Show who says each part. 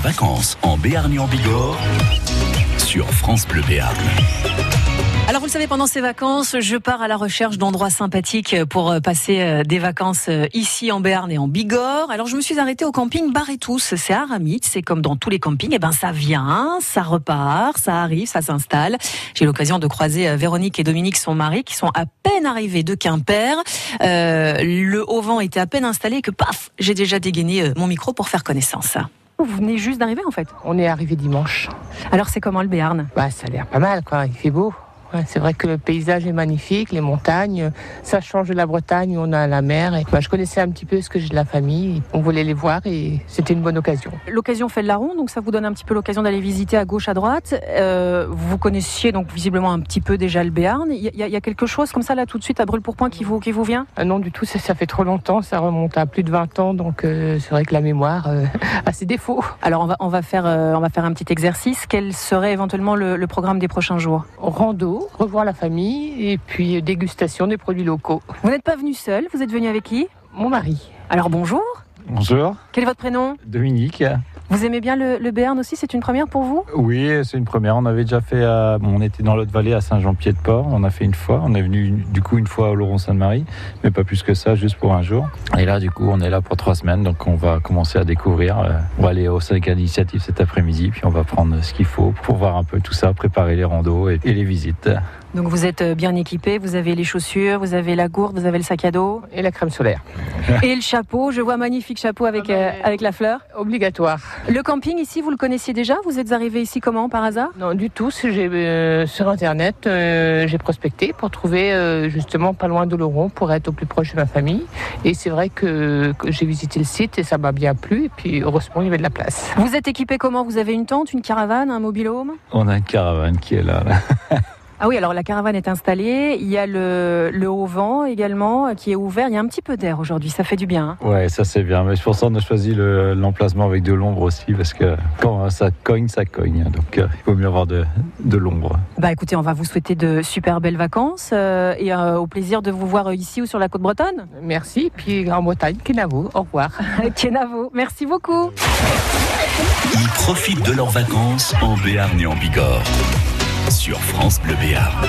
Speaker 1: vacances en Béarn et en Bigorre sur France Bleu Béarn.
Speaker 2: Alors vous le savez, pendant ces vacances, je pars à la recherche d'endroits sympathiques euh, pour passer des vacances euh, ici en Béarn et en Bigorre. Alors je me suis arrêtée au camping Bar et tous. C'est Aramis, c'est comme dans tous les campings, et ben ça vient, ça repart, ça arrive, ça s'installe. J'ai eu l'occasion de croiser euh, Véronique et Dominique, son mari, qui sont à peine arrivés de Quimper. Euh, le haut vent était à peine installé que paf, j'ai déjà dégainé euh, mon micro pour faire connaissance. Vous venez juste d'arriver en fait.
Speaker 3: On est arrivé dimanche.
Speaker 2: Alors c'est comment le Béarn
Speaker 3: Bah, ça a l'air pas mal, quoi. Il fait beau. Ouais, c'est vrai que le paysage est magnifique, les montagnes, ça change de la Bretagne où on a la mer. Et, bah, je connaissais un petit peu ce que j'ai de la famille. On voulait les voir et c'était une bonne occasion.
Speaker 2: L'occasion fait le larron, donc ça vous donne un petit peu l'occasion d'aller visiter à gauche, à droite. Euh, vous connaissiez donc visiblement un petit peu déjà le Béarn. Il y, a- il y a quelque chose comme ça là tout de suite à brûle-pourpoint qui vous, qui vous vient
Speaker 3: Ah non, du tout, ça, ça fait trop longtemps, ça remonte à plus de 20 ans, donc euh, c'est vrai que la mémoire euh, a ses défauts.
Speaker 2: Alors on va, on, va faire, euh, on va faire un petit exercice. Quel serait éventuellement le, le programme des prochains jours
Speaker 3: Rando, revoir la famille et puis euh, dégustation des produits locaux.
Speaker 2: Vous n'êtes pas venu seul, vous êtes venu avec qui
Speaker 3: Mon mari,
Speaker 2: Alors bonjour,
Speaker 4: Bonjour,
Speaker 2: quel est votre prénom
Speaker 4: Dominique.
Speaker 2: Vous aimez bien le, le Béarn aussi C'est une première pour vous
Speaker 4: Oui, c'est une première. On avait déjà fait, à- bon, on était dans l'autre vallée à Saint-Jean-Pied-de-Port. On a fait une fois. On est venu du coup une fois au Laurent-Sainte-Marie, mais pas plus que ça, juste pour un jour. Et là, du coup, on est là pour trois semaines, donc on va commencer à découvrir. Euh, On va aller au sac à l'initiative cet après-midi, puis on va prendre ce qu'il faut pour voir un peu tout ça, préparer les randos et, et les visites.
Speaker 2: Donc vous êtes euh, bien équipé, vous avez les chaussures, vous avez la gourde, vous avez le sac à dos
Speaker 3: et la crème solaire.
Speaker 2: et le chapeau. Je vois un magnifique chapeau avec, euh, avec la fleur.
Speaker 3: Obligatoire.
Speaker 2: Le camping ici, vous le connaissiez déjà Vous êtes arrivé ici comment par hasard
Speaker 3: Non, du tout. c'est- J'ai, euh, sur Internet, euh, j'ai prospecté pour trouver euh, justement pas loin de Laurent pour être au plus proche de ma famille. Et c'est vrai que, que j'ai visité le site et ça m'a bien plu. Et puis heureusement, il y avait de la place.
Speaker 2: Vous êtes équipé comment Vous avez une tente, une caravane, un mobile home
Speaker 4: On a une caravane qui est là. là.
Speaker 2: Ah oui, alors la caravane est installée, il y a le, le haut vent également euh, qui est ouvert, il y a un petit peu d'air aujourd'hui, ça fait du bien. hein.
Speaker 4: Ouais, ça c'est bien. Mais c'est pour ça qu'on a choisi le- l'emplacement avec de l'ombre aussi, parce que quand hein, ça cogne, ça cogne. Donc euh, il vaut mieux avoir de- de l'ombre.
Speaker 2: Bah écoutez, on va vous souhaiter de super belles vacances euh, et euh, au plaisir de vous voir euh, ici ou sur la côte bretonne.
Speaker 3: Merci. Puis en Bretagne, Kenavo, au revoir.
Speaker 2: Kenavo, merci beaucoup.
Speaker 1: Ils profitent de leurs vacances en Béarn et en Bigorre sur France Bleu Béarn.